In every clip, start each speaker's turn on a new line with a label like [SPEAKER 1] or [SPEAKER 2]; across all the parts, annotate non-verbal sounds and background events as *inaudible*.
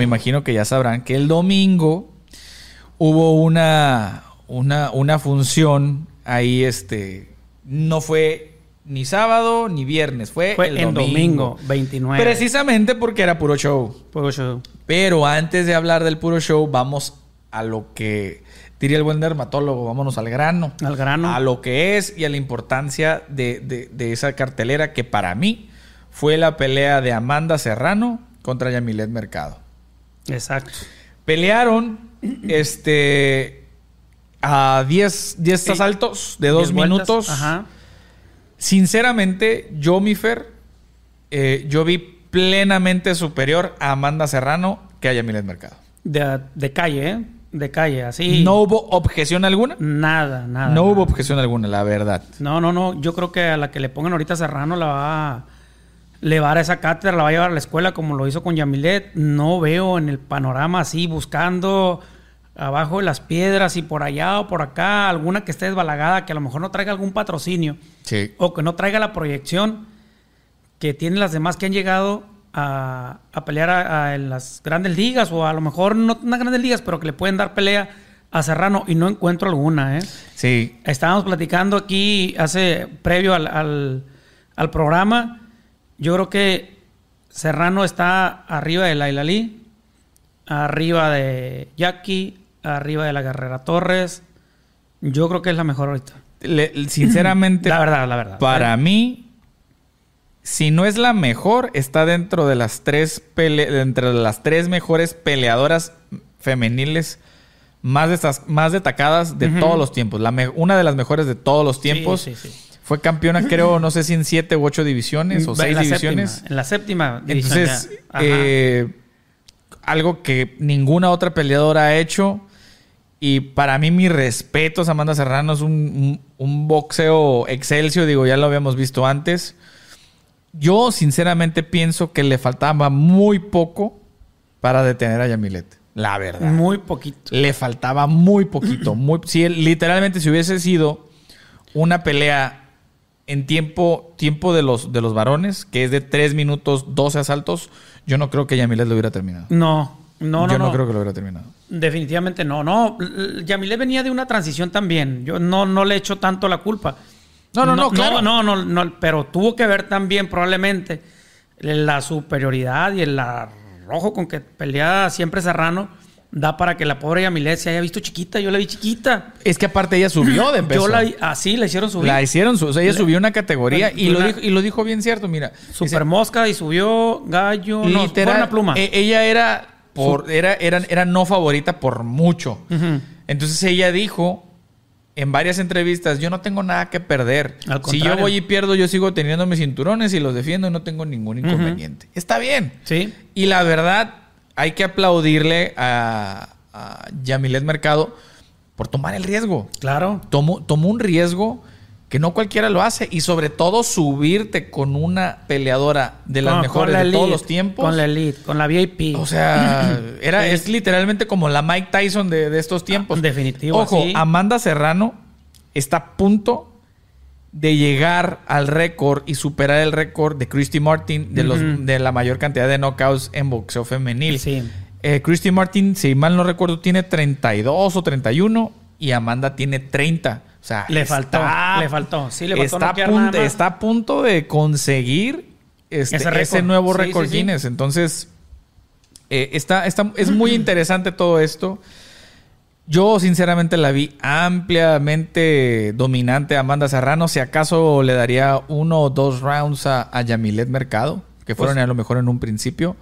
[SPEAKER 1] imagino que ya sabrán que el domingo hubo una, una, una función ahí, este, no fue ni sábado ni viernes, fue,
[SPEAKER 2] Fue
[SPEAKER 1] Eh, el,
[SPEAKER 2] el domingo, 29.
[SPEAKER 1] Precisamente porque era puro show.
[SPEAKER 2] Puro show.
[SPEAKER 1] Pero antes de hablar del puro show, vamos a lo que diría el buen dermatólogo, vámonos al grano.
[SPEAKER 2] Al grano.
[SPEAKER 1] A lo que es y a la importancia de, de- de esa cartelera que para mí fue la pelea de Amanda Serrano contra Yamilet Mercado.
[SPEAKER 2] Exacto. *clears throat*
[SPEAKER 1] Pelearon este a 10 10
[SPEAKER 2] Sí.
[SPEAKER 1] asaltos de 2
[SPEAKER 2] Diez vueltas.
[SPEAKER 1] minutos.
[SPEAKER 2] Ajá.
[SPEAKER 1] Sinceramente, yo, mi Fer, eh, yo vi plenamente superior a Amanda Serrano que a Yamilet Mercado.
[SPEAKER 2] De, de calle, ¿eh? De calle, así.
[SPEAKER 1] No hubo objeción alguna.
[SPEAKER 2] Nada, nada.
[SPEAKER 1] No hubo
[SPEAKER 2] nada.
[SPEAKER 1] objeción alguna, la verdad.
[SPEAKER 2] No, no, no. Yo creo que a la que le pongan ahorita Serrano la va a... Le va a dar esa cátedra, la va a llevar a la escuela como lo hizo con Yamilet. No veo en el panorama así, buscando abajo de las piedras y por allá o por acá, alguna que esté desbalagada, que a lo mejor no traiga algún patrocinio.
[SPEAKER 1] Sí.
[SPEAKER 2] o que no traiga la proyección que tienen las demás que han llegado a, a pelear a, a- en las grandes ligas o a lo mejor no en las grandes ligas, pero que le pueden dar pelea a Serrano y no encuentro alguna. ¿eh?
[SPEAKER 1] Sí.
[SPEAKER 2] Estábamos platicando aquí hace previo al, al- al programa. Yo creo que Serrano está arriba de Laila Lee, arriba de Jackie, arriba de la Guerrera Torres. Yo creo que es la mejor ahorita.
[SPEAKER 1] Le- sinceramente,
[SPEAKER 2] La verdad, la verdad.
[SPEAKER 1] para mí, si no es la mejor, está dentro de las tres pele entre las tres mejores peleadoras femeniles más, de estas, más destacadas de todos los tiempos. La me- una de las mejores de todos los tiempos.
[SPEAKER 2] Sí, sí, sí.
[SPEAKER 1] Fue campeona, creo, no sé si en siete u ocho divisiones o
[SPEAKER 2] Mm, En
[SPEAKER 1] seis
[SPEAKER 2] la
[SPEAKER 1] divisiones.
[SPEAKER 2] séptima, en la séptima división.
[SPEAKER 1] Entonces,
[SPEAKER 2] ya. Ajá.
[SPEAKER 1] eh, algo que ninguna otra peleadora ha hecho. Y para mí, mi respeto a Amanda Serrano es un, un- un boxeo excelso. Digo, ya lo habíamos visto antes. Yo, sinceramente, pienso que le faltaba muy poco para detener a Yamilet. La verdad.
[SPEAKER 2] Muy poquito.
[SPEAKER 1] Le faltaba muy poquito. Muy, si él- literalmente, si hubiese sido una pelea en tiempo, tiempo de, los, de los varones, que es de 3 minutos, 12 asaltos, yo no creo que Yamilet lo hubiera terminado.
[SPEAKER 2] No, no, no.
[SPEAKER 1] yo no,
[SPEAKER 2] no.
[SPEAKER 1] creo que lo hubiera terminado.
[SPEAKER 2] Definitivamente no, no. L- Yamile venía de una transición también. Yo no, no le echo tanto la culpa.
[SPEAKER 1] No, no, no, claro.
[SPEAKER 2] No, no, no, pero tuvo que ver también probablemente la superioridad y el arrojo con que pelea siempre Serrano da para que la pobre Yamilet se haya visto chiquita. Yo la vi chiquita.
[SPEAKER 1] Es que aparte ella subió de peso.
[SPEAKER 2] *clears throat* Yo la vi- así la hicieron subir.
[SPEAKER 1] La hicieron, su- o sea, ella
[SPEAKER 2] La-
[SPEAKER 1] subió una categoría y lo,
[SPEAKER 2] Una-
[SPEAKER 1] dijo, y lo dijo bien cierto, mira.
[SPEAKER 2] Super mosca y subió gallo.
[SPEAKER 1] Dice,
[SPEAKER 2] no, fue
[SPEAKER 1] literal,
[SPEAKER 2] una pluma.
[SPEAKER 1] e- ella era, por, era, era, era no favorita por mucho.
[SPEAKER 2] Ujú.
[SPEAKER 1] Entonces ella dijo en varias entrevistas, yo no tengo nada que perder.
[SPEAKER 2] Al
[SPEAKER 1] Si yo
[SPEAKER 2] contrario.
[SPEAKER 1] voy y pierdo, yo sigo teniendo mis cinturones y los defiendo y no tengo ningún inconveniente. Está bien.
[SPEAKER 2] Sí.
[SPEAKER 1] Y la verdad, hay que aplaudirle a, a Yamilet Mercado por tomar el riesgo.
[SPEAKER 2] Claro.
[SPEAKER 1] Tomó, tomó un riesgo que no cualquiera lo hace y sobre todo subirte con una peleadora de las
[SPEAKER 2] Con-
[SPEAKER 1] mejores
[SPEAKER 2] con la
[SPEAKER 1] de todos
[SPEAKER 2] elite,
[SPEAKER 1] los tiempos.
[SPEAKER 2] Con la elite, con la VIP.
[SPEAKER 1] O
[SPEAKER 2] *clears throat*
[SPEAKER 1] sea, era, es literalmente como la Mike Tyson de, de estos tiempos.
[SPEAKER 2] Ah, definitivo,
[SPEAKER 1] Ojo,
[SPEAKER 2] sí.
[SPEAKER 1] Amanda Serrano está a punto de llegar al récord y superar el récord de Christy Martin de, los,
[SPEAKER 2] Ujú.
[SPEAKER 1] de la mayor cantidad de knockouts en boxeo femenil.
[SPEAKER 2] Sí.
[SPEAKER 1] Eh, Christy Martin, si mal no recuerdo, tiene 32 o 31 y Amanda tiene 30. O sea,
[SPEAKER 2] Le
[SPEAKER 1] está-
[SPEAKER 2] faltó, le faltó. Sí, le faltó
[SPEAKER 1] Está, a
[SPEAKER 2] noquear nada
[SPEAKER 1] punto-
[SPEAKER 2] más.
[SPEAKER 1] está a punto de conseguir este,
[SPEAKER 2] Ese récord.
[SPEAKER 1] ese nuevo
[SPEAKER 2] Sí,
[SPEAKER 1] récord
[SPEAKER 2] sí, sí.
[SPEAKER 1] Guinness. Entonces, eh, está, está, es
[SPEAKER 2] *clears throat*
[SPEAKER 1] muy interesante todo esto. Yo sinceramente la vi ampliamente dominante a Amanda Serrano. Si acaso le daría uno o dos rounds a, a Yamilet Mercado, que
[SPEAKER 2] Pues
[SPEAKER 1] fueron a lo mejor en un principio.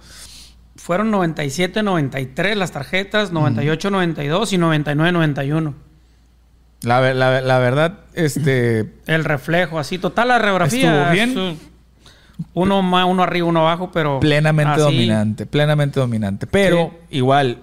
[SPEAKER 2] Fueron 97, 93 las tarjetas, 98, 92 y 99, 91.
[SPEAKER 1] La, ve- la ve- la verdad, este,
[SPEAKER 2] El reflejo, así. Total, la radiografía.
[SPEAKER 1] Estuvo bien.
[SPEAKER 2] es, uh, Uno más, uno arriba, uno abajo, pero.
[SPEAKER 1] plenamente
[SPEAKER 2] así.
[SPEAKER 1] dominante, plenamente dominante. Pero igual,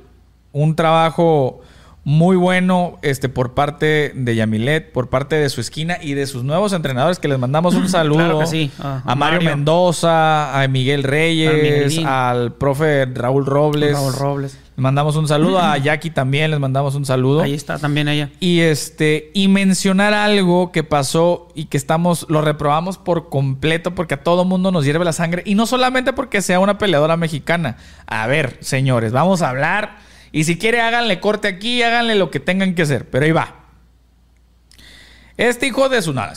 [SPEAKER 1] un trabajo muy bueno este, por parte de Yamilet, por parte de su esquina y de sus nuevos entrenadores, que les mandamos
[SPEAKER 2] *clears throat*
[SPEAKER 1] un saludo
[SPEAKER 2] que sí. Ah,
[SPEAKER 1] a Mario,
[SPEAKER 2] Mario.
[SPEAKER 1] Mendoza, a Miguel Reyes,
[SPEAKER 2] Miguelín.
[SPEAKER 1] al profe Raúl Robles.
[SPEAKER 2] Raúl Robles.
[SPEAKER 1] Les mandamos un saludo. A Jackie también les mandamos un saludo.
[SPEAKER 2] Ahí está también ella.
[SPEAKER 1] Y este, y mencionar algo que pasó y que estamos, lo reprobamos por completo porque a todo mundo nos hierve la sangre. Y no solamente porque sea una peleadora mexicana. A ver, señores, vamos a hablar. Y si quiere, háganle corte aquí, háganle lo que tengan que hacer. Pero ahí va. Este hijo de su nada.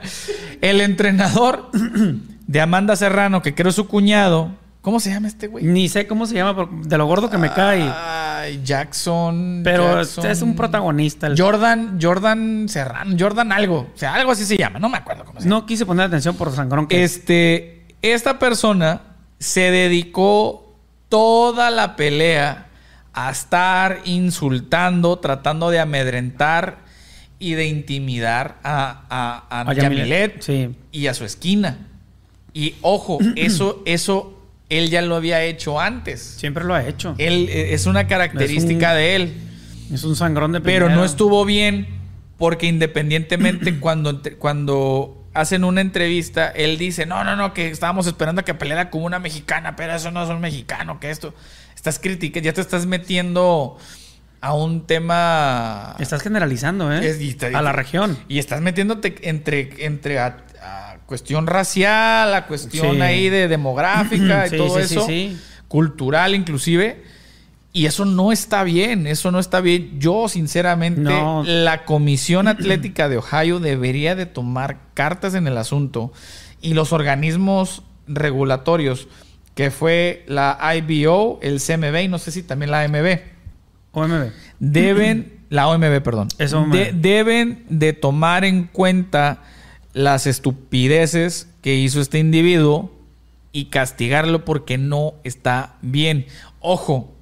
[SPEAKER 1] *laughs* El entrenador de Amanda Serrano, que creo es su cuñado. ¿Cómo se llama este güey?
[SPEAKER 2] Ni sé cómo se llama, por- de lo gordo que me cae.
[SPEAKER 1] Ah, Ay, Jackson.
[SPEAKER 2] Pero
[SPEAKER 1] Jackson-
[SPEAKER 2] es un protagonista. el-
[SPEAKER 1] Jordan, Jordan Serrano, Jordan algo. O sea, algo así se llama. No me acuerdo cómo se llama.
[SPEAKER 2] No quise poner atención por sangrón que es.
[SPEAKER 1] Este, esta persona se dedicó toda la pelea a estar insultando, tratando de amedrentar y de intimidar a, a, a
[SPEAKER 2] A Yamilet.
[SPEAKER 1] Yamilet
[SPEAKER 2] Sí.
[SPEAKER 1] y a su esquina. Y
[SPEAKER 2] *clears throat*
[SPEAKER 1] ojo, eso, eso él ya lo había hecho antes.
[SPEAKER 2] Siempre lo ha hecho.
[SPEAKER 1] Él eh, es una característica de él.
[SPEAKER 2] Es un sangrón de
[SPEAKER 1] Pero
[SPEAKER 2] primera.
[SPEAKER 1] no estuvo bien porque
[SPEAKER 2] *clears throat*
[SPEAKER 1] independientemente cuando, entre- cuando hacen una entrevista, él dice, no, no, no, que estábamos esperando a que peleara como una mexicana, pero eso no es un mexicano, que esto. Estás criticando, ya te estás metiendo a un tema...
[SPEAKER 2] Estás generalizando, ¿eh?
[SPEAKER 1] Es- y está-
[SPEAKER 2] a la región.
[SPEAKER 1] Y estás metiéndote entre, entre a, a cuestión racial, a cuestión
[SPEAKER 2] Sí.
[SPEAKER 1] ahí de demográfica y
[SPEAKER 2] *clears throat* Sí,
[SPEAKER 1] todo
[SPEAKER 2] sí, sí,
[SPEAKER 1] eso,
[SPEAKER 2] sí.
[SPEAKER 1] cultural inclusive. Y eso no está bien, eso no está bien. Yo, sinceramente,
[SPEAKER 2] No.
[SPEAKER 1] la Comisión Atlética de Ohio debería de tomar cartas en el asunto y los organismos regulatorios, que fue la IBO, el CMB y no sé si también la AMB
[SPEAKER 2] OMB.
[SPEAKER 1] deben, la OMB, perdón,
[SPEAKER 2] Es OMB.
[SPEAKER 1] de- deben de tomar en cuenta las estupideces que hizo este individuo y castigarlo porque no está bien. Ojo,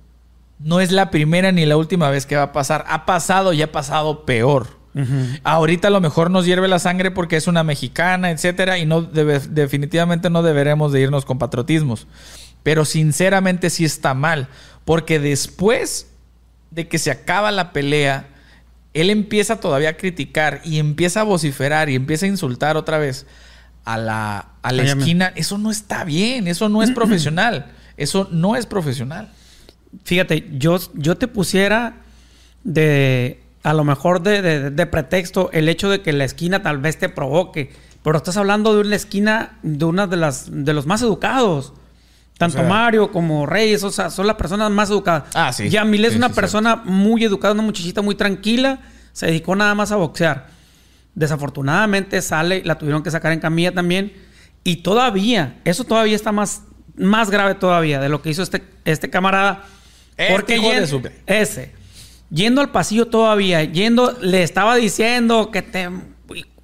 [SPEAKER 1] no es la primera ni la última vez que va a pasar. Ha pasado y ha pasado peor. Ahorita a lo mejor nos hierve la sangre porque es una mexicana, etcétera, y no debe- definitivamente no deberemos de irnos con patriotismos. Pero sinceramente sí está mal, porque después de que se acaba la pelea, él empieza todavía a criticar y empieza a vociferar y empieza a insultar otra vez a la, a la
[SPEAKER 2] Ay, amén.
[SPEAKER 1] esquina. Eso no está bien, eso no
[SPEAKER 2] *clears throat*
[SPEAKER 1] es profesional, eso no es profesional.
[SPEAKER 2] Fíjate, yo, yo te pusiera de. A lo mejor de, de- de pretexto el hecho de que la esquina tal vez te provoque. Pero estás hablando de una esquina de una de las de los más educados. Tanto
[SPEAKER 1] O sea-
[SPEAKER 2] Mario como Reyes, o sea, son las personas más educadas.
[SPEAKER 1] Ah, sí.
[SPEAKER 2] Yamil es
[SPEAKER 1] Sí,
[SPEAKER 2] una
[SPEAKER 1] sí,
[SPEAKER 2] persona muy educada, una muchachita muy tranquila, se dedicó nada más a boxear. Desafortunadamente sale, la tuvieron que sacar en camilla también. Y todavía, eso todavía está más, más grave todavía de lo que hizo este, este camarada.
[SPEAKER 1] Este hijo de
[SPEAKER 2] yen-
[SPEAKER 1] su-
[SPEAKER 2] ese, yendo al pasillo todavía, yendo, le estaba diciendo que te...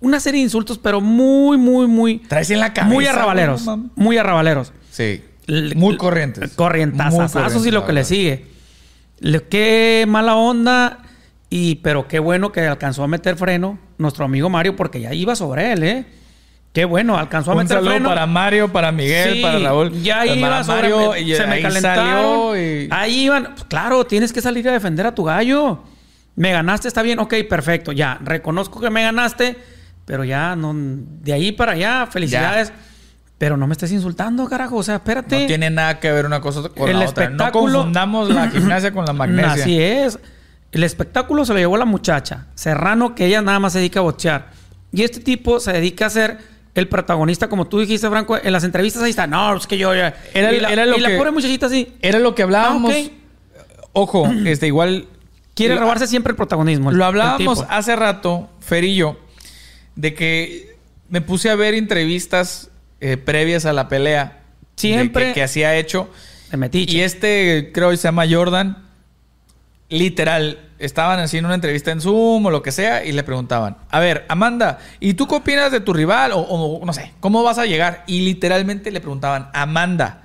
[SPEAKER 2] Una serie de insultos, pero muy, muy, muy...
[SPEAKER 1] Traes en la cabeza.
[SPEAKER 2] Muy arrabaleros.
[SPEAKER 1] no mames.
[SPEAKER 2] Muy arrabaleros.
[SPEAKER 1] Sí.
[SPEAKER 2] L-
[SPEAKER 1] Muy
[SPEAKER 2] l-
[SPEAKER 1] corrientes. Muy
[SPEAKER 2] Corrientazazazos
[SPEAKER 1] corrientes,
[SPEAKER 2] y lo
[SPEAKER 1] la
[SPEAKER 2] que le
[SPEAKER 1] verdad.
[SPEAKER 2] sigue. Le- qué mala onda. Y, pero qué bueno que alcanzó a meter freno nuestro amigo Mario, porque ya iba sobre él, ¿eh? Qué bueno, alcanzó Pues a
[SPEAKER 1] Un
[SPEAKER 2] meter
[SPEAKER 1] saludo
[SPEAKER 2] freno.
[SPEAKER 1] para Mario, para Miguel,
[SPEAKER 2] Sí,
[SPEAKER 1] para Raúl. Pues
[SPEAKER 2] Ya
[SPEAKER 1] para
[SPEAKER 2] iba sobre
[SPEAKER 1] Mario.
[SPEAKER 2] mí.
[SPEAKER 1] y
[SPEAKER 2] se me
[SPEAKER 1] ahí
[SPEAKER 2] calentaron.
[SPEAKER 1] salió y-
[SPEAKER 2] Ahí iban. Pues, claro, tienes que salir a defender a tu gallo. Me ganaste, está bien. Ok, perfecto. Ya, reconozco que me ganaste. Pero ya, no, de ahí para allá, felicidades. Pero no me estés insultando, carajo. O sea, espérate.
[SPEAKER 1] No tiene nada que ver una cosa con
[SPEAKER 2] este, El
[SPEAKER 1] la otra. No
[SPEAKER 2] espectáculo-
[SPEAKER 1] confundamos la gimnasia
[SPEAKER 2] *clears throat*
[SPEAKER 1] con la magnesia.
[SPEAKER 2] Así es. El espectáculo se lo llevó la muchacha, Serrano, que ella nada más se dedica a bochear. Y este tipo se dedica a ser el protagonista, como tú dijiste, Franco, en las entrevistas ahí está. No, es que yo ya.
[SPEAKER 1] Era-
[SPEAKER 2] y la,
[SPEAKER 1] era lo
[SPEAKER 2] y la
[SPEAKER 1] que-
[SPEAKER 2] pobre muchachita así.
[SPEAKER 1] Era lo que hablábamos.
[SPEAKER 2] Ah, ok. *clears throat*
[SPEAKER 1] Ojo, este, igual.
[SPEAKER 2] Quiere
[SPEAKER 1] lo-
[SPEAKER 2] robarse siempre el protagonismo. el-
[SPEAKER 1] Lo
[SPEAKER 2] el
[SPEAKER 1] hablábamos
[SPEAKER 2] tipo.
[SPEAKER 1] hace rato, Ferillo, de que me puse a ver entrevistas eh, previas a la pelea.
[SPEAKER 2] Siempre-
[SPEAKER 1] de Que, que hacía hecho.
[SPEAKER 2] de metiche.
[SPEAKER 1] Y este, creo que se llama Jordan. Literal, estaban haciendo una entrevista en Zoom o lo que sea y le preguntaban, a ver, Amanda, ¿y tú qué opinas de tu rival? O, o no sé, ¿cómo vas a llegar? Y literalmente le preguntaban, Amanda,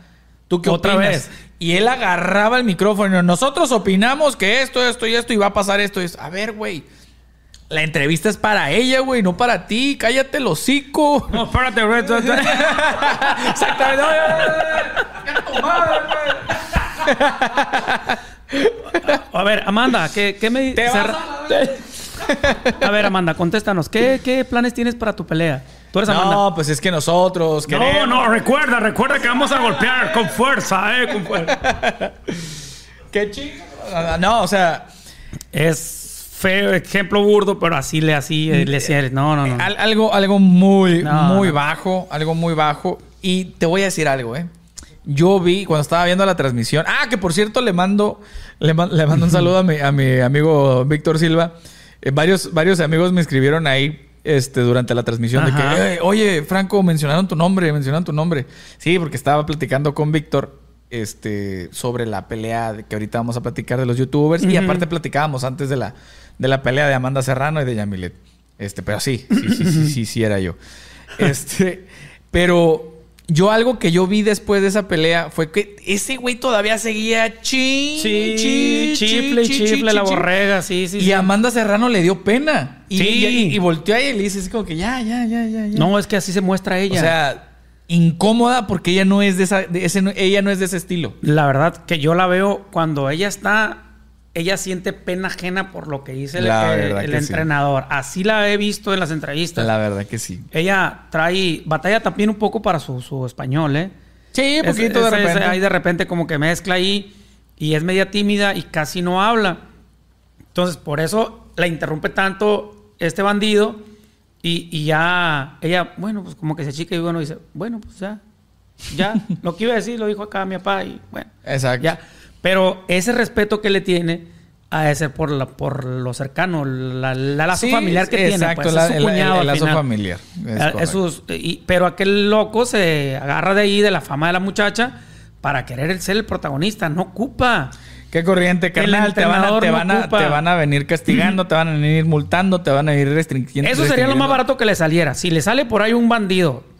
[SPEAKER 1] ¿tú qué
[SPEAKER 2] Otra
[SPEAKER 1] opinas?
[SPEAKER 2] vez.
[SPEAKER 1] Y él agarraba el micrófono, nosotros opinamos que esto, esto y esto, y va a pasar esto. Y es, a ver, güey, la entrevista es para ella, güey, no para ti, cállate el hocico.
[SPEAKER 2] *laughs* No, espérate, güey, tú- tú-
[SPEAKER 1] *laughs*
[SPEAKER 2] *laughs*
[SPEAKER 1] Exactamente.
[SPEAKER 2] A ver, Amanda, ¿qué, qué me
[SPEAKER 1] Te vas
[SPEAKER 2] Serra-
[SPEAKER 1] a
[SPEAKER 2] A ver, Amanda, contéstanos. ¿Qué, qué planes tienes para tu pelea? Tú eres Amanda.
[SPEAKER 1] No, pues es que nosotros queremos.
[SPEAKER 2] recuerda, recuerda que vamos a golpear con fuerza, eh, con fuerza.
[SPEAKER 1] Qué chingo. No, o sea,
[SPEAKER 2] Es feo, ejemplo burdo, pero así le así eh, le cierres. No, no, no.
[SPEAKER 1] al- algo, algo muy,
[SPEAKER 2] No,
[SPEAKER 1] muy
[SPEAKER 2] no.
[SPEAKER 1] bajo, algo muy bajo. Y te voy a decir algo, ¿eh? Yo vi cuando estaba viendo la transmisión. Ah, que por cierto le mando, le, man- le
[SPEAKER 2] *laughs*
[SPEAKER 1] mando un saludo a mi, a mi amigo Víctor Silva. Eh, varios, varios amigos me escribieron ahí este, durante la transmisión de que,
[SPEAKER 2] Ajá.
[SPEAKER 1] "Eh, oye, Franco, mencionaron tu nombre, mencionaron tu nombre. Sí, porque estaba platicando con Víctor este, sobre la pelea de- que ahorita vamos a platicar de los youtubers. Y
[SPEAKER 2] Ujú.
[SPEAKER 1] aparte platicábamos antes de la, de la pelea de Amanda Serrano y de Yamilet. Este, pero sí, sí, sí, sí, sí, sí, sí era yo. Este, pero yo algo que yo vi después de esa pelea fue que ese güey todavía seguía chi,
[SPEAKER 2] Sí,
[SPEAKER 1] chi, chi,
[SPEAKER 2] chifle y
[SPEAKER 1] chi, chi,
[SPEAKER 2] chifle la
[SPEAKER 1] chi, chi.
[SPEAKER 2] borrega, sí, sí.
[SPEAKER 1] Y
[SPEAKER 2] sí.
[SPEAKER 1] a Amanda Serrano le dio pena. Y,
[SPEAKER 2] Sí.
[SPEAKER 1] y, y volteó ahí y le dice así como que ya, ya, ya, ya, ya.
[SPEAKER 2] No, es que así se muestra
[SPEAKER 1] o
[SPEAKER 2] ella.
[SPEAKER 1] sea, incómoda porque ella no es de esa, de ese, no- ella no es de ese estilo.
[SPEAKER 2] La verdad que yo la veo cuando ella está, ella siente pena ajena por lo que dice el,
[SPEAKER 1] La
[SPEAKER 2] el-
[SPEAKER 1] verdad
[SPEAKER 2] el
[SPEAKER 1] que sí.
[SPEAKER 2] entrenador. Así la he visto en las entrevistas.
[SPEAKER 1] La verdad que sí.
[SPEAKER 2] Ella trae, batalla también un poco para su, su español, ¿eh?
[SPEAKER 1] Sí,
[SPEAKER 2] Es-
[SPEAKER 1] poquito de
[SPEAKER 2] es- es-
[SPEAKER 1] repente.
[SPEAKER 2] ahí de repente como que mezcla ahí y es media tímida y casi no habla. Entonces, por eso la interrumpe tanto este bandido y, y ya ella, bueno, pues como que se chica y bueno, dice, bueno, pues ya,
[SPEAKER 1] *laughs*
[SPEAKER 2] ya, lo que iba a decir lo dijo acá mi papá y bueno.
[SPEAKER 1] Exacto.
[SPEAKER 2] Ya. Pero ese respeto que le tiene a ese por la por lo cercano, la, la lazo
[SPEAKER 1] Sí,
[SPEAKER 2] familiar que tiene,
[SPEAKER 1] exacto,
[SPEAKER 2] pues,
[SPEAKER 1] la-
[SPEAKER 2] es
[SPEAKER 1] el-
[SPEAKER 2] su
[SPEAKER 1] el-
[SPEAKER 2] cuñado
[SPEAKER 1] el
[SPEAKER 2] al
[SPEAKER 1] lazo
[SPEAKER 2] final.
[SPEAKER 1] familiar, es
[SPEAKER 2] Ah,
[SPEAKER 1] correcto.
[SPEAKER 2] esos- y- pero aquel loco se agarra de ahí de la fama de la muchacha para querer ser el protagonista, no ocupa.
[SPEAKER 1] Qué corriente, carnal. Te van, a,
[SPEAKER 2] entrenador
[SPEAKER 1] te,
[SPEAKER 2] no
[SPEAKER 1] van a,
[SPEAKER 2] ocupa.
[SPEAKER 1] te van a venir castigando, te van a venir multando, te van a ir restringiendo.
[SPEAKER 2] Eso sería lo
[SPEAKER 1] restringiendo.
[SPEAKER 2] más barato que le saliera. Si le sale por ahí un bandido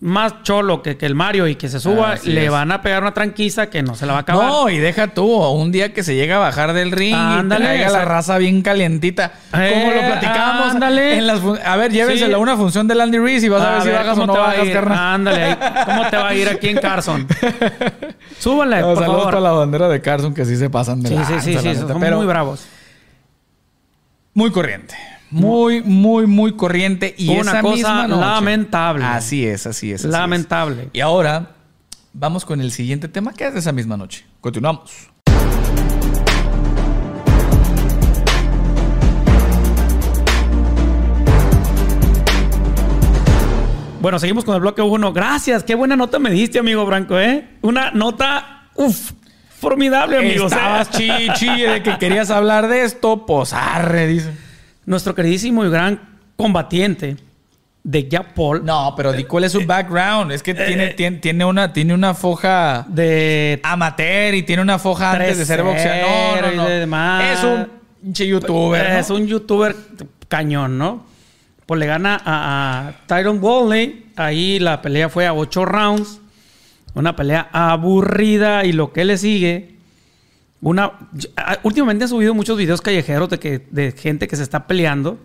[SPEAKER 2] más cholo que, que el Mario y que se suba,
[SPEAKER 1] Así
[SPEAKER 2] le
[SPEAKER 1] es.
[SPEAKER 2] van a pegar una tranquiza que no se la va a acabar.
[SPEAKER 1] No, y deja tú, un día que se llega a bajar del ring
[SPEAKER 2] Ándale,
[SPEAKER 1] y traiga la
[SPEAKER 2] exacto.
[SPEAKER 1] raza bien calientita.
[SPEAKER 2] Eh,
[SPEAKER 1] como lo platicamos.
[SPEAKER 2] ándale.
[SPEAKER 1] En las fun- a ver, llévenselo
[SPEAKER 2] Sí.
[SPEAKER 1] a una función del Andy Reese y vas a, ver, si
[SPEAKER 2] ver
[SPEAKER 1] bajas o
[SPEAKER 2] cómo
[SPEAKER 1] no
[SPEAKER 2] te va a
[SPEAKER 1] bajas,
[SPEAKER 2] ir.
[SPEAKER 1] carnal.
[SPEAKER 2] Ándale, ahí. ¿cómo te va a ir aquí en
[SPEAKER 1] *laughs*
[SPEAKER 2] Carson? Súbanle,
[SPEAKER 1] No,
[SPEAKER 2] Eh, por
[SPEAKER 1] saludos
[SPEAKER 2] favor.
[SPEAKER 1] para la bandera de Carson que sí se pasan de
[SPEAKER 2] Sí,
[SPEAKER 1] lanza,
[SPEAKER 2] sí, sí,
[SPEAKER 1] la
[SPEAKER 2] sí,
[SPEAKER 1] neta,
[SPEAKER 2] son
[SPEAKER 1] pero
[SPEAKER 2] muy bravos.
[SPEAKER 1] muy corriente. Muy, muy, muy corriente. Y
[SPEAKER 2] Una
[SPEAKER 1] esa
[SPEAKER 2] cosa
[SPEAKER 1] misma noche-
[SPEAKER 2] lamentable.
[SPEAKER 1] Así es, así es. así es.
[SPEAKER 2] Lamentable.
[SPEAKER 1] Y ahora vamos con el siguiente tema que es de esa misma noche. Continuamos.
[SPEAKER 2] Bueno, seguimos con el bloque 1. Gracias, qué buena nota me diste, amigo Branco, ¿eh? Una nota, uff, formidable, ¿eh? amigo.
[SPEAKER 1] Estabas
[SPEAKER 2] O sea,
[SPEAKER 1] chichi de que querías hablar de esto, pues arre, dice.
[SPEAKER 2] Nuestro queridísimo y gran combatiente de Jack Paul,
[SPEAKER 1] No, pero di cuál es su background. Es que tiene,
[SPEAKER 2] Eh.
[SPEAKER 1] tiene, tiene una, tiene una foja
[SPEAKER 2] de
[SPEAKER 1] amateur y tiene una foja antes de ser boxeador. No, no, no.
[SPEAKER 2] Y de demás.
[SPEAKER 1] Es un pinche youtuber. ¿no?
[SPEAKER 2] Es un youtuber cañón, ¿no? Pues le gana a, a Tyron Woodley. Ahí la pelea fue a 8 rounds. Una pelea aburrida. Y lo que le sigue. Una, ah, últimamente han subido muchos videos callejeros de, que, de gente que se está peleando.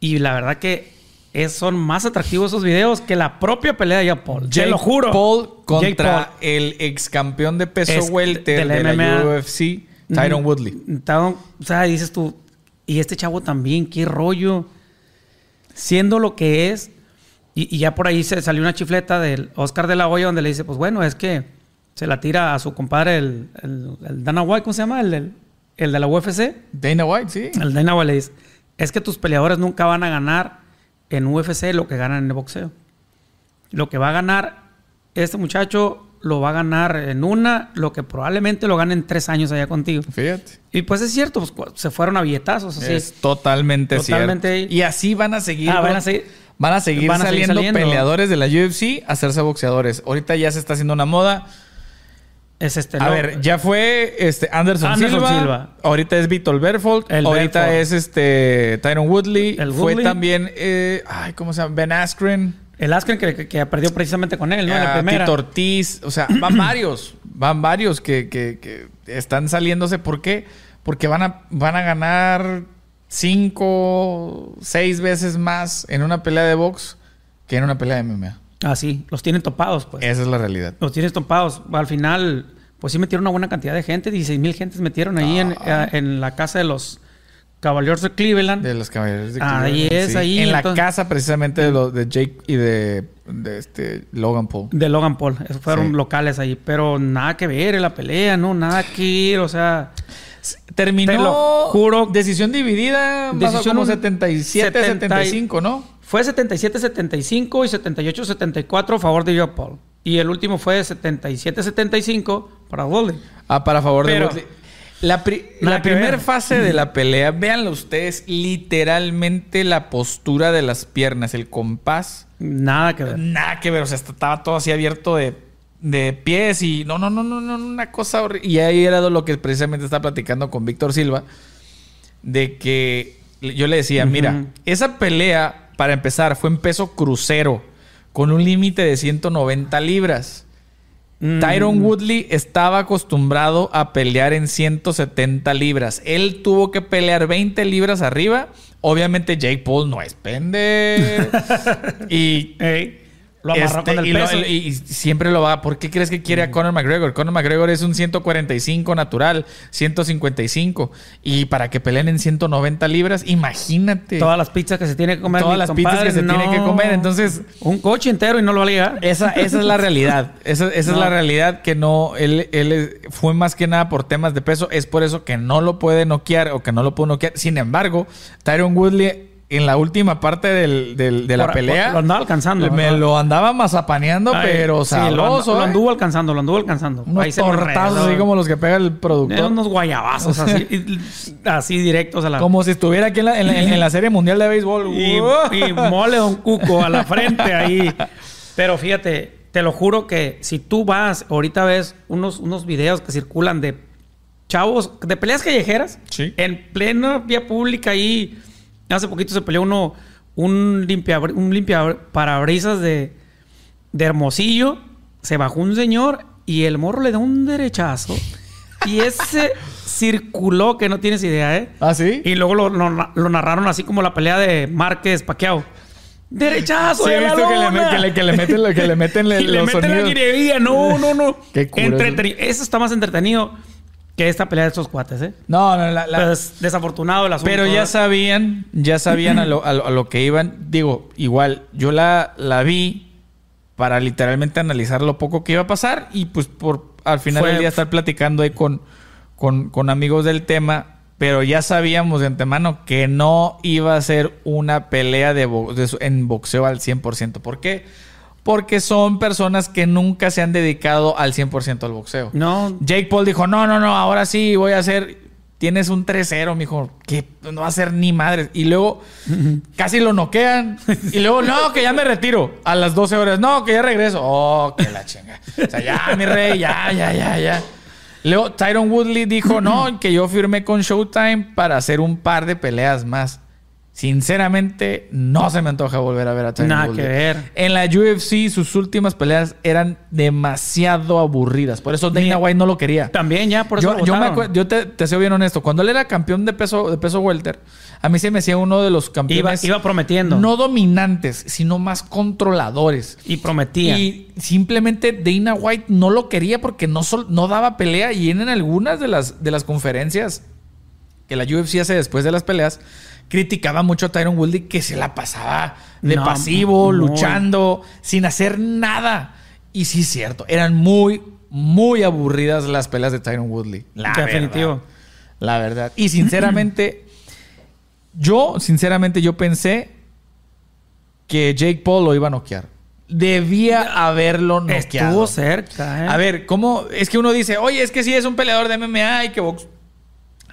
[SPEAKER 2] Y la verdad que es- son más atractivos esos videos que la propia pelea de Jake Paul. Te
[SPEAKER 1] Jake
[SPEAKER 2] lo juro.
[SPEAKER 1] Paul
[SPEAKER 2] Jake
[SPEAKER 1] contra
[SPEAKER 2] Paul.
[SPEAKER 1] el ex campeón de peso
[SPEAKER 2] Es-
[SPEAKER 1] welter
[SPEAKER 2] de la
[SPEAKER 1] de la,
[SPEAKER 2] MMA.
[SPEAKER 1] UFC, Tyron
[SPEAKER 2] Mm,
[SPEAKER 1] Woodley.
[SPEAKER 2] Tyron- o sea, dices tú, y este chavo también, qué rollo. Siendo lo que es, y, y ya por ahí se salió una chifleta del Oscar de la Hoya donde le dice, pues bueno, es que se la tira a su compadre, el, el- el Dana White, ¿cómo se llama? El, del- el de la UFC.
[SPEAKER 1] Dana White, sí.
[SPEAKER 2] El Dana White le dice, es que tus peleadores nunca van a ganar en UFC lo que ganan en el boxeo. Lo que va a ganar este muchacho lo va a ganar en una, lo que probablemente lo gane en tres años allá contigo.
[SPEAKER 1] Fíjate.
[SPEAKER 2] Y pues es cierto, pues, cu- se fueron a billetazos, así
[SPEAKER 1] Es totalmente,
[SPEAKER 2] Totalmente.
[SPEAKER 1] cierto. Y así van a seguir.
[SPEAKER 2] Ah, van
[SPEAKER 1] con-
[SPEAKER 2] a seguir-
[SPEAKER 1] van a seguir
[SPEAKER 2] van a seguir
[SPEAKER 1] saliendo,
[SPEAKER 2] saliendo.
[SPEAKER 1] peleadores de la UFC a hacerse boxeadores. Ahorita ya se está haciendo una moda.
[SPEAKER 2] es este.
[SPEAKER 1] A
[SPEAKER 2] lo-
[SPEAKER 1] ver, ya fue este Anderson,
[SPEAKER 2] Anderson
[SPEAKER 1] Silva,
[SPEAKER 2] Silva.
[SPEAKER 1] Ahorita es Víctor Berfold.
[SPEAKER 2] El
[SPEAKER 1] ahorita
[SPEAKER 2] Berfold.
[SPEAKER 1] es este Tyron Woodley.
[SPEAKER 2] El
[SPEAKER 1] Fue
[SPEAKER 2] Woodley.
[SPEAKER 1] también, eh, ay, ¿cómo se llama? Ben Askren.
[SPEAKER 2] El Askren que, que- que perdió precisamente con él, ¿no? En la
[SPEAKER 1] a
[SPEAKER 2] primera.
[SPEAKER 1] Tito Ortiz, o sea, van *clears throat* varios, van varios que, que- que están saliéndose. ¿Por qué? Porque van a, van a ganar cinco, seis veces más en una pelea de box que en una pelea de MMA.
[SPEAKER 2] Ah, sí, los tienen topados, pues.
[SPEAKER 1] Esa es la realidad.
[SPEAKER 2] Los tienen topados. Al
[SPEAKER 1] Ah.
[SPEAKER 2] final, pues sí metieron una buena cantidad de gente, 16 mil gentes metieron ahí en, eh, en la casa de los Caballeros de Cleveland.
[SPEAKER 1] De los caballeros de
[SPEAKER 2] Ahí
[SPEAKER 1] Cleveland,
[SPEAKER 2] es, ahí,
[SPEAKER 1] En
[SPEAKER 2] entonces-
[SPEAKER 1] la casa precisamente de, los, de Jake y de, de este Logan Paul.
[SPEAKER 2] De Logan Paul, esos fueron
[SPEAKER 1] Sí.
[SPEAKER 2] locales ahí, pero nada que ver en la pelea, no, nada que ir, o sea,
[SPEAKER 1] Terminó,
[SPEAKER 2] Te lo juro.
[SPEAKER 1] decisión dividida, más o
[SPEAKER 2] Decisión
[SPEAKER 1] como 77,
[SPEAKER 2] 70 y-
[SPEAKER 1] 75, ¿no?
[SPEAKER 2] fue 77-75 y 78-74 a favor de Joe Paul. Y el último fue 77-75 para Wally.
[SPEAKER 1] Ah, para favor
[SPEAKER 2] Pero-
[SPEAKER 1] de Woodley. La, pri-
[SPEAKER 2] Nada
[SPEAKER 1] la
[SPEAKER 2] que
[SPEAKER 1] primera
[SPEAKER 2] ver.
[SPEAKER 1] fase de la pelea, véanlo ustedes, literalmente la postura de las piernas, el compás,
[SPEAKER 2] Nada que ver.
[SPEAKER 1] nada que ver, o sea, estaba todo así abierto de, de pies y no, no, no, no, no, una cosa horrible. Y ahí era lo que precisamente estaba platicando con Víctor Silva, de que yo le decía,
[SPEAKER 2] Ujú.
[SPEAKER 1] mira, esa pelea, para empezar, fue en peso crucero, con un límite de 190 libras.
[SPEAKER 2] Mm,
[SPEAKER 1] Tyron Woodley estaba acostumbrado a pelear en 170 libras. Él tuvo que pelear 20 libras arriba. Obviamente Jake Paul no es pendejo.
[SPEAKER 2] *laughs*
[SPEAKER 1] y
[SPEAKER 2] ey, lo amarró
[SPEAKER 1] este,
[SPEAKER 2] con el
[SPEAKER 1] y lo-
[SPEAKER 2] peso. Mm.
[SPEAKER 1] y- y siempre lo va. ¿Por qué crees que quiere a Conor McGregor? Conor McGregor es un 145 natural, 155. Y para que peleen en 190 libras, imagínate.
[SPEAKER 2] Todas las pizzas que se tiene que comer.
[SPEAKER 1] Todas
[SPEAKER 2] mi
[SPEAKER 1] las pizzas que se tiene que comer, entonces-
[SPEAKER 2] Un coche entero y no lo va a llegar.
[SPEAKER 1] Esa, esa es la realidad. Esa, esa
[SPEAKER 2] No.
[SPEAKER 1] es la realidad que no. Él, él es- fue más que nada por temas de peso. Es por eso que no lo puede noquear o que no lo pudo noquear. Sin embargo, Tyron Woodley en la última parte del- del- de la
[SPEAKER 2] Por-
[SPEAKER 1] pelea.
[SPEAKER 2] por- lo andaba alcanzando,
[SPEAKER 1] Me
[SPEAKER 2] ¿verdad?
[SPEAKER 1] lo andaba mazapaneando,
[SPEAKER 2] Ay,
[SPEAKER 1] pero
[SPEAKER 2] sí, lo and-
[SPEAKER 1] sabroso.
[SPEAKER 2] Lo,
[SPEAKER 1] ¿eh?
[SPEAKER 2] anduvo alcanzando, lo anduvo alcanzando. Ahí
[SPEAKER 1] Unos
[SPEAKER 2] se me
[SPEAKER 1] tortazos
[SPEAKER 2] enredó.
[SPEAKER 1] así como los que pega el
[SPEAKER 2] Eran
[SPEAKER 1] productor.
[SPEAKER 2] unos
[SPEAKER 1] *laughs*
[SPEAKER 2] guayabazos así, y- así directos a la.
[SPEAKER 1] Como si estuviera aquí en la, en la- en la Serie Mundial de Béisbol.
[SPEAKER 2] y, *laughs*
[SPEAKER 1] ¡Wow!
[SPEAKER 2] y mole un cuco a la frente ahí. Pero fíjate, te lo juro que si tú vas, ahorita ves unos, unos videos que circulan de chavos, de peleas callejeras,
[SPEAKER 1] Sí.
[SPEAKER 2] en plena vía pública ahí. Hace poquito se peleó uno, un limpia, un limpia parabrisas de, de Hermosillo, se bajó un señor y el morro le da un derechazo. Y ese circuló que no tienes idea, ¿eh?
[SPEAKER 1] ¿Ah, sí?
[SPEAKER 2] Y luego lo, lo- lo narraron así como la pelea de Márquez Paquiao. ¡Derechazo!
[SPEAKER 1] Sí,
[SPEAKER 2] de
[SPEAKER 1] he
[SPEAKER 2] la
[SPEAKER 1] visto que le,
[SPEAKER 2] lona!
[SPEAKER 1] me- que le- que le meten, lo- que le meten le-
[SPEAKER 2] *laughs* y le
[SPEAKER 1] los
[SPEAKER 2] meten la
[SPEAKER 1] sonidos.
[SPEAKER 2] guirería.
[SPEAKER 1] *laughs*
[SPEAKER 2] No, no, no.
[SPEAKER 1] Qué curioso.
[SPEAKER 2] Entreteni- Eso está más entretenido que esta pelea de estos cuates, ¿eh?
[SPEAKER 1] No, no, la- la-
[SPEAKER 2] Pero es desafortunado el asunto.
[SPEAKER 1] Pero ya
[SPEAKER 2] ¿verdad?
[SPEAKER 1] sabían, ya sabían a lo, a lo- a lo que iban. Digo, igual, yo la, la vi para literalmente analizar lo poco que iba a pasar y pues por al final
[SPEAKER 2] Fue-
[SPEAKER 1] del día estar platicando ahí con, con, con amigos del tema. Pero ya sabíamos de antemano que no iba a ser una pelea de, bo- de su- en boxeo al 100%. ¿Por qué? Porque son personas que nunca se han dedicado al 100% al boxeo.
[SPEAKER 2] No.
[SPEAKER 1] Jake Paul dijo, no, no, no, ahora sí voy a hacer... Tienes un 3-0, mijo, que no va a ser ni madre. Y luego casi lo noquean. Y luego, no, que ya me retiro a las 12 horas. No, que ya regreso. Oh, que la chinga. O sea, ya, mi rey, ya, ya, ya, ya. Luego Tyron Woodley dijo, no, que yo firmé con Showtime para hacer un par de peleas más. Sinceramente, no se me antoja volver a ver a Tyron
[SPEAKER 2] Nada
[SPEAKER 1] Woodley.
[SPEAKER 2] que ver.
[SPEAKER 1] En la UFC, sus últimas peleas eran demasiado aburridas. Por eso Dana White no lo quería.
[SPEAKER 2] También ya, por eso
[SPEAKER 1] Yo,
[SPEAKER 2] lo
[SPEAKER 1] yo me acue-
[SPEAKER 2] botaron.
[SPEAKER 1] yo te, te soy bien honesto. Cuando él era campeón de peso, de peso welter, a mí se me hacía uno de los
[SPEAKER 2] Iba,
[SPEAKER 1] campeones
[SPEAKER 2] iba prometiendo.
[SPEAKER 1] no dominantes, sino más controladores.
[SPEAKER 2] Y prometía.
[SPEAKER 1] Y simplemente Dana White no lo quería porque no, sol- no daba pelea. Y en algunas de las, de las conferencias que la UFC hace después de las peleas, criticaba mucho a Tyron Woodley que se la pasaba de
[SPEAKER 2] No,
[SPEAKER 1] pasivo,
[SPEAKER 2] muy.
[SPEAKER 1] luchando, sin hacer nada. Y sí, es cierto, eran muy, muy aburridas las peleas de Tyron Woodley. La
[SPEAKER 2] Definitivo.
[SPEAKER 1] verdad. La verdad. Y sinceramente, *clears throat* yo, sinceramente, yo pensé que Jake Paul lo iba a noquear. Debía haberlo noqueado.
[SPEAKER 2] Estuvo cerca, ¿eh?
[SPEAKER 1] A ver, ¿cómo? Es que uno dice, oye, es que sí es un peleador de MMA y que box.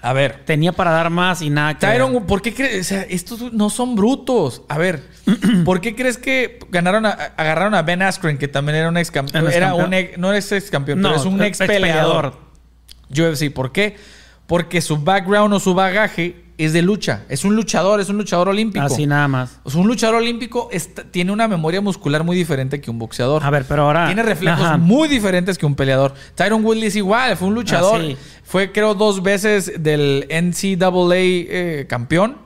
[SPEAKER 1] A ver,
[SPEAKER 2] Tenía para dar más y nada que
[SPEAKER 1] Tyron,
[SPEAKER 2] ver.
[SPEAKER 1] ¿por qué crees? O sea, estos no son brutos. A ver, *clears throat* ¿por qué crees que ganaron a- agarraron a Ben Askren, que también era un ex campeón?
[SPEAKER 2] Un
[SPEAKER 1] Era
[SPEAKER 2] excampeón.
[SPEAKER 1] un ex- no es ex campeón,
[SPEAKER 2] No,
[SPEAKER 1] pero es un ex peleador. UFC. ¿Por qué? Porque su background o su bagaje es de lucha. Es un luchador, es un luchador olímpico.
[SPEAKER 2] Así nada más.
[SPEAKER 1] O sea, un luchador olímpico está- tiene una memoria muscular muy diferente que un boxeador.
[SPEAKER 2] A ver, pero ahora.
[SPEAKER 1] Tiene reflejos
[SPEAKER 2] Ajá.
[SPEAKER 1] muy diferentes que un peleador. Tyron Woodley es igual, fue un luchador.
[SPEAKER 2] Ah, sí.
[SPEAKER 1] Fue, creo, dos veces del NCAA eh, campeón.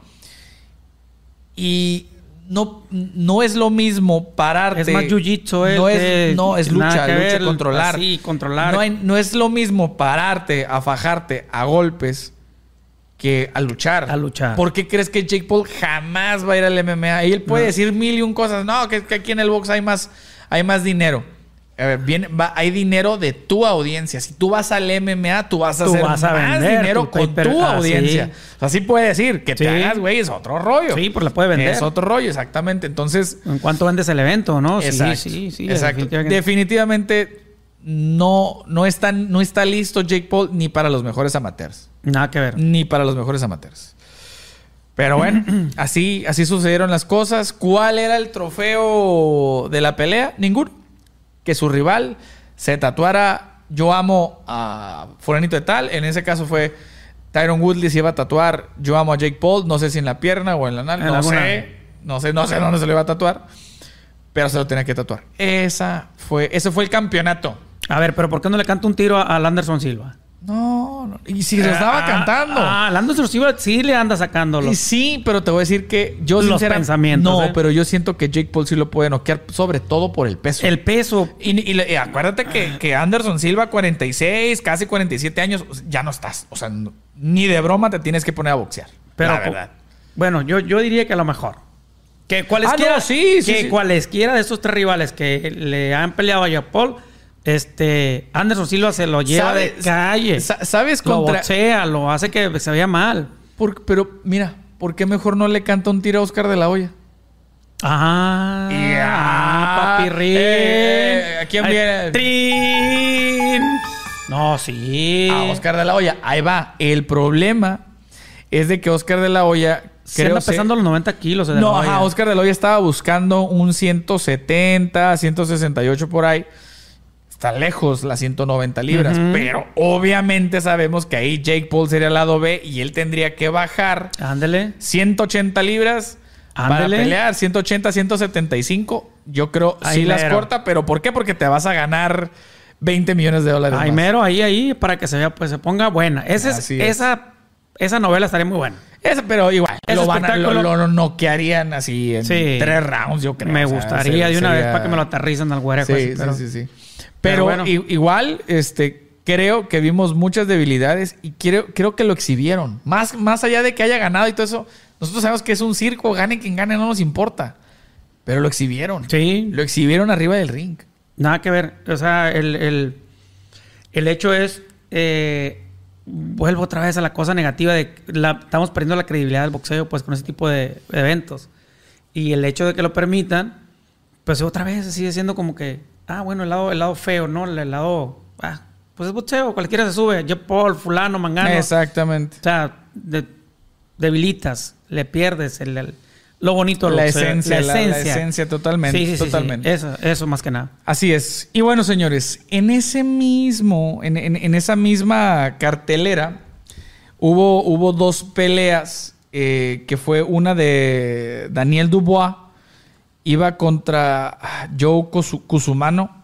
[SPEAKER 1] Y no, no es lo mismo pararte.
[SPEAKER 2] Es más jiu-jitsu, es
[SPEAKER 1] No
[SPEAKER 2] de-
[SPEAKER 1] es, no, es
[SPEAKER 2] nada
[SPEAKER 1] lucha,
[SPEAKER 2] que
[SPEAKER 1] lucha
[SPEAKER 2] ver,
[SPEAKER 1] controlar.
[SPEAKER 2] así, controlar.
[SPEAKER 1] No, hay- no es lo mismo pararte a fajarte a golpes que a luchar.
[SPEAKER 2] A luchar.
[SPEAKER 1] ¿Por qué crees que Jake Paul jamás va a ir al MMA? Y él puede decir mil y un cosas. No, que, que aquí en el box hay más, hay más dinero. A ver, viene- va- hay dinero de tu audiencia. Si tú vas al MMA, tú vas a
[SPEAKER 2] Tú
[SPEAKER 1] hacer
[SPEAKER 2] vas a
[SPEAKER 1] más
[SPEAKER 2] vender
[SPEAKER 1] dinero
[SPEAKER 2] tu
[SPEAKER 1] con
[SPEAKER 2] pay-per-
[SPEAKER 1] tu
[SPEAKER 2] Ah,
[SPEAKER 1] audiencia.
[SPEAKER 2] sí.
[SPEAKER 1] O sea, sí puede decir que
[SPEAKER 2] Sí.
[SPEAKER 1] te hagas, güey, es otro rollo.
[SPEAKER 2] Sí, pues la puede vender.
[SPEAKER 1] Es otro rollo, exactamente. Entonces,
[SPEAKER 2] ¿En cuánto vendes el evento, no?
[SPEAKER 1] Exacto.
[SPEAKER 2] Sí, sí, sí.
[SPEAKER 1] Exacto.
[SPEAKER 2] definitivamente.
[SPEAKER 1] Definitivamente, no, no, está, no está listo Jake Paul ni para los mejores amateurs.
[SPEAKER 2] Nada que ver.
[SPEAKER 1] Ni para los mejores amateurs. Pero
[SPEAKER 2] *clears throat*
[SPEAKER 1] bueno, así, así sucedieron las cosas. ¿Cuál era el trofeo de la pelea? Ninguno. Que su rival se tatuara Yo amo a Fulanito de Tal. En ese caso fue Tyron Woodley se iba a tatuar Yo amo a Jake Paul. No sé si en la pierna o en la nalga.
[SPEAKER 2] En
[SPEAKER 1] No
[SPEAKER 2] alguna.
[SPEAKER 1] sé. No sé, no sé dónde se lo iba a tatuar. Pero se lo tenía que tatuar. Esa fue, ese fue el campeonato.
[SPEAKER 2] A ver, pero ¿por qué no le canta un tiro a- al Anderson Silva?
[SPEAKER 1] No, no. Y si lo estaba
[SPEAKER 2] Ah,
[SPEAKER 1] cantando.
[SPEAKER 2] Ah, al Anderson Silva sí le anda sacándolo.
[SPEAKER 1] Y sí, pero te voy a decir que yo
[SPEAKER 2] Los
[SPEAKER 1] sinceramente-
[SPEAKER 2] pensamientos,
[SPEAKER 1] No,
[SPEAKER 2] ¿eh?
[SPEAKER 1] pero yo siento que Jake Paul sí lo puede noquear, sobre todo por el peso.
[SPEAKER 2] El peso.
[SPEAKER 1] Y, y le- y acuérdate que, que Anderson Silva, 46, casi 47 años, o sea, ya no estás. O sea, no- ni de broma te tienes que poner a boxear.
[SPEAKER 2] Pero,
[SPEAKER 1] la verdad.
[SPEAKER 2] Bueno, yo, yo diría que a lo mejor. Que cualesquiera,
[SPEAKER 1] Ah, no, sí, sí,
[SPEAKER 2] que
[SPEAKER 1] sí.
[SPEAKER 2] cualesquiera de estos tres rivales que le han peleado a Jake Paul, este Anderson Silva se lo lleva de
[SPEAKER 1] ¿Sabes-
[SPEAKER 2] calle.
[SPEAKER 1] sa- ¿Sabes
[SPEAKER 2] Lo
[SPEAKER 1] contra.?
[SPEAKER 2] boxea, lo hace que se vea mal.
[SPEAKER 1] por- pero mira, ¿por qué mejor no le canta un tiro a Oscar de la Hoya?
[SPEAKER 2] Ah,
[SPEAKER 1] Ya.
[SPEAKER 2] ah, papi Rin.
[SPEAKER 1] Eh, ¿a quién
[SPEAKER 2] Ay,
[SPEAKER 1] viene?
[SPEAKER 2] Trin. No, sí.
[SPEAKER 1] A Ah, Oscar de la Hoya. Ahí va. El problema es de que Oscar de la Hoya.
[SPEAKER 2] Se anda
[SPEAKER 1] se-
[SPEAKER 2] pesando los 90 kilos. de la
[SPEAKER 1] No,
[SPEAKER 2] olla.
[SPEAKER 1] ajá, Oscar de la Hoya estaba buscando un 170, 168 por ahí. Está lejos las 190 libras,
[SPEAKER 2] Ujú.
[SPEAKER 1] pero obviamente sabemos que ahí Jake Paul sería el lado B y él tendría que bajar
[SPEAKER 2] Ándele.
[SPEAKER 1] 180 libras
[SPEAKER 2] Ándale.
[SPEAKER 1] para pelear 180, 175. Yo creo
[SPEAKER 2] Ahí
[SPEAKER 1] sí las
[SPEAKER 2] mero.
[SPEAKER 1] corta, pero ¿por qué? Porque te vas a ganar 20 millones de dólares.
[SPEAKER 2] Ahí
[SPEAKER 1] más.
[SPEAKER 2] mero, ahí, ahí, para que se vea, pues se ponga buena. Ese es-
[SPEAKER 1] Así es.
[SPEAKER 2] esa, esa novela estaría muy buena.
[SPEAKER 1] Ese, pero igual,
[SPEAKER 2] Ese
[SPEAKER 1] lo, van a- lo,
[SPEAKER 2] espectáculo-
[SPEAKER 1] lo noquearían así en
[SPEAKER 2] Sí.
[SPEAKER 1] tres rounds, yo creo.
[SPEAKER 2] me
[SPEAKER 1] O sea,
[SPEAKER 2] gustaría
[SPEAKER 1] se-
[SPEAKER 2] de una vez
[SPEAKER 1] sería-
[SPEAKER 2] para que me lo aterrizan al güerejo.
[SPEAKER 1] Sí,
[SPEAKER 2] así,
[SPEAKER 1] sí,
[SPEAKER 2] pero-
[SPEAKER 1] sí, sí. Pero,
[SPEAKER 2] pero bueno.
[SPEAKER 1] i- igual, este, creo que vimos muchas debilidades y creo, creo que lo exhibieron. Más, más allá de que haya ganado y todo eso, nosotros sabemos que es un circo, gane quien gane, no nos importa. Pero lo exhibieron.
[SPEAKER 2] Sí.
[SPEAKER 1] Lo exhibieron arriba del ring.
[SPEAKER 2] Nada que ver. O sea, el, el- el hecho es. eh, vuelvo otra vez a la cosa negativa de. que la- estamos perdiendo la credibilidad del boxeo, pues, con ese tipo de eventos. Y el hecho de que lo permitan, pues otra vez sigue siendo como que. Ah, bueno, el lado, el lado feo, ¿no? El, el lado. Ah, pues es boxeo, cualquiera se sube. Yo, Paul, Fulano, Mangano.
[SPEAKER 1] Exactamente.
[SPEAKER 2] O sea, de- debilitas, le pierdes el, el- lo bonito del
[SPEAKER 1] La
[SPEAKER 2] boxeo,
[SPEAKER 1] esencia, la- la esencia totalmente,
[SPEAKER 2] Sí, sí, sí, sí.
[SPEAKER 1] totalmente.
[SPEAKER 2] Eso, eso más que nada.
[SPEAKER 1] Así es. Y bueno, señores, en ese mismo, en, en- en esa misma cartelera, hubo, hubo dos peleas, eh, que fue una de Daniel Dubois, iba contra ah, Joe Kusu- Kusumano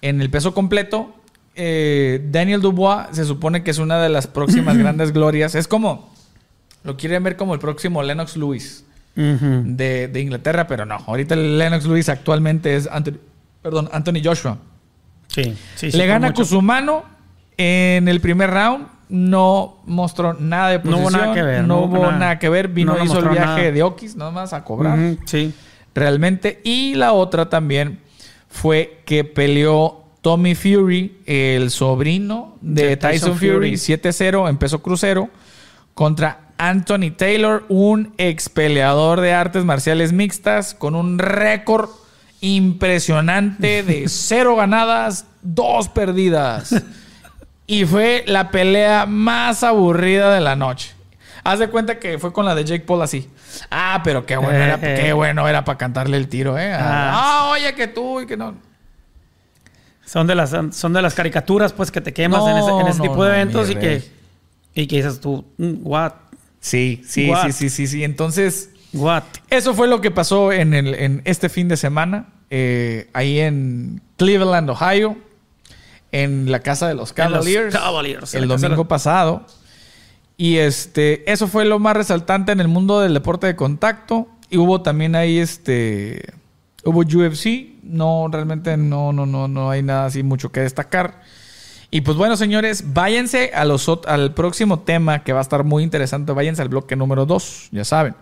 [SPEAKER 1] en el peso completo. Eh, Daniel Dubois se supone que es una de las próximas grandes glorias. Es como, lo quieren ver como el próximo Lennox Lewis
[SPEAKER 2] Ujú.
[SPEAKER 1] de, de Inglaterra, pero no. Ahorita el Lennox Lewis actualmente es Anthony, perdón, Anthony Joshua.
[SPEAKER 2] Sí, sí, sí,
[SPEAKER 1] Le
[SPEAKER 2] por
[SPEAKER 1] gana
[SPEAKER 2] mucho.
[SPEAKER 1] Cusumano en el primer round. No mostró nada de
[SPEAKER 2] No
[SPEAKER 1] posición.
[SPEAKER 2] hubo nada que ver,
[SPEAKER 1] No,
[SPEAKER 2] no
[SPEAKER 1] hubo
[SPEAKER 2] hubo
[SPEAKER 1] nada,
[SPEAKER 2] nada.
[SPEAKER 1] que ver. Vino
[SPEAKER 2] No, no
[SPEAKER 1] hizo el
[SPEAKER 2] mostró
[SPEAKER 1] viaje
[SPEAKER 2] nada.
[SPEAKER 1] de Oquis, nada más a cobrar.
[SPEAKER 2] Ujú, Sí.
[SPEAKER 1] Realmente. Y la otra también fue que peleó Tommy Fury, el sobrino de
[SPEAKER 2] De Tyson
[SPEAKER 1] Tyson, Fury,
[SPEAKER 2] Fury.
[SPEAKER 1] 7-0 en peso crucero, contra Anthony Taylor, un ex peleador de artes marciales mixtas, con un récord impresionante
[SPEAKER 2] *laughs*
[SPEAKER 1] de cero ganadas, dos perdidas. Y fue la pelea más aburrida de la noche. Haz de cuenta que fue con la de Jake Paul así. Ah, pero qué bueno, era,
[SPEAKER 2] Eh, eh. *laughs*
[SPEAKER 1] qué bueno era para cantarle el tiro, ¿eh?
[SPEAKER 2] Ah.
[SPEAKER 1] Ah, oye, que tú y que no.
[SPEAKER 2] Son de las son de las caricaturas pues que te quemas en ese, en ese
[SPEAKER 1] No,
[SPEAKER 2] tipo
[SPEAKER 1] no,
[SPEAKER 2] de
[SPEAKER 1] no,
[SPEAKER 2] eventos
[SPEAKER 1] mi
[SPEAKER 2] y que
[SPEAKER 1] rey.
[SPEAKER 2] y que dices tú, mm, what,
[SPEAKER 1] Sí, sí,
[SPEAKER 2] What?
[SPEAKER 1] sí, sí, sí, sí. Entonces,
[SPEAKER 2] what.
[SPEAKER 1] eso fue lo que pasó en, el, en este fin de semana, eh, ahí en Cleveland, Ohio, en la casa de los
[SPEAKER 2] En los
[SPEAKER 1] Cavaliers,
[SPEAKER 2] Cavaliers, en
[SPEAKER 1] el
[SPEAKER 2] la casa de
[SPEAKER 1] domingo
[SPEAKER 2] los-
[SPEAKER 1] pasado. Y este, eso fue lo más resaltante en el mundo del deporte de contacto. Y hubo también ahí este, hubo UFC. No, realmente no, no, no, no hay nada así mucho que destacar. Y pues bueno, señores, váyanse a los, ot- al próximo tema que va a estar muy interesante. Váyanse al bloque número 2, ya saben.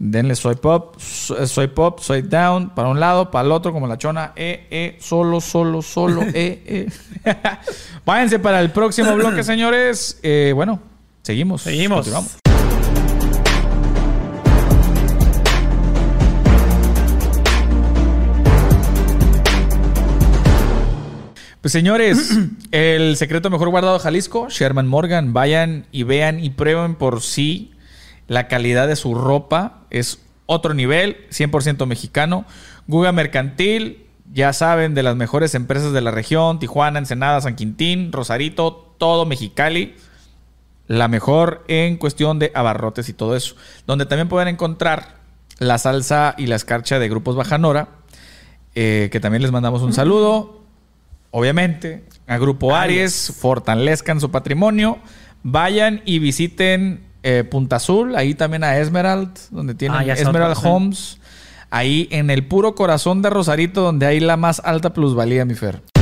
[SPEAKER 1] Denle soy pop, so- soy pop, soy down, para un lado, para el otro, como la chona, eh, eh, solo, solo, solo, eh, eh. *laughs* Váyanse para el próximo bloque, señores. Eh, bueno, seguimos.
[SPEAKER 2] Seguimos.
[SPEAKER 1] Continuamos. Pues señores, *clears throat* el secreto mejor guardado de Jalisco, Sherman Morgan, vayan y vean y prueben por sí la calidad de su ropa. Es otro nivel, 100% mexicano. Guga Mercantil, ya saben, de las mejores empresas de la región, Tijuana, Ensenada, San Quintín, Rosarito, todo Mexicali. La mejor en cuestión de abarrotes y todo eso. Donde también pueden encontrar la salsa y la escarcha de Grupos Bajanora, eh, que también les mandamos un saludo obviamente, a Grupo Aries, fortalezcan su patrimonio, vayan y visiten eh, Punta Azul, ahí también a Esmerald, donde tienen
[SPEAKER 2] Ah, ya está
[SPEAKER 1] Esmerald
[SPEAKER 2] otra, sí.
[SPEAKER 1] Homes, ahí en el puro corazón de Rosarito, donde hay la más alta plusvalía, mi Fer.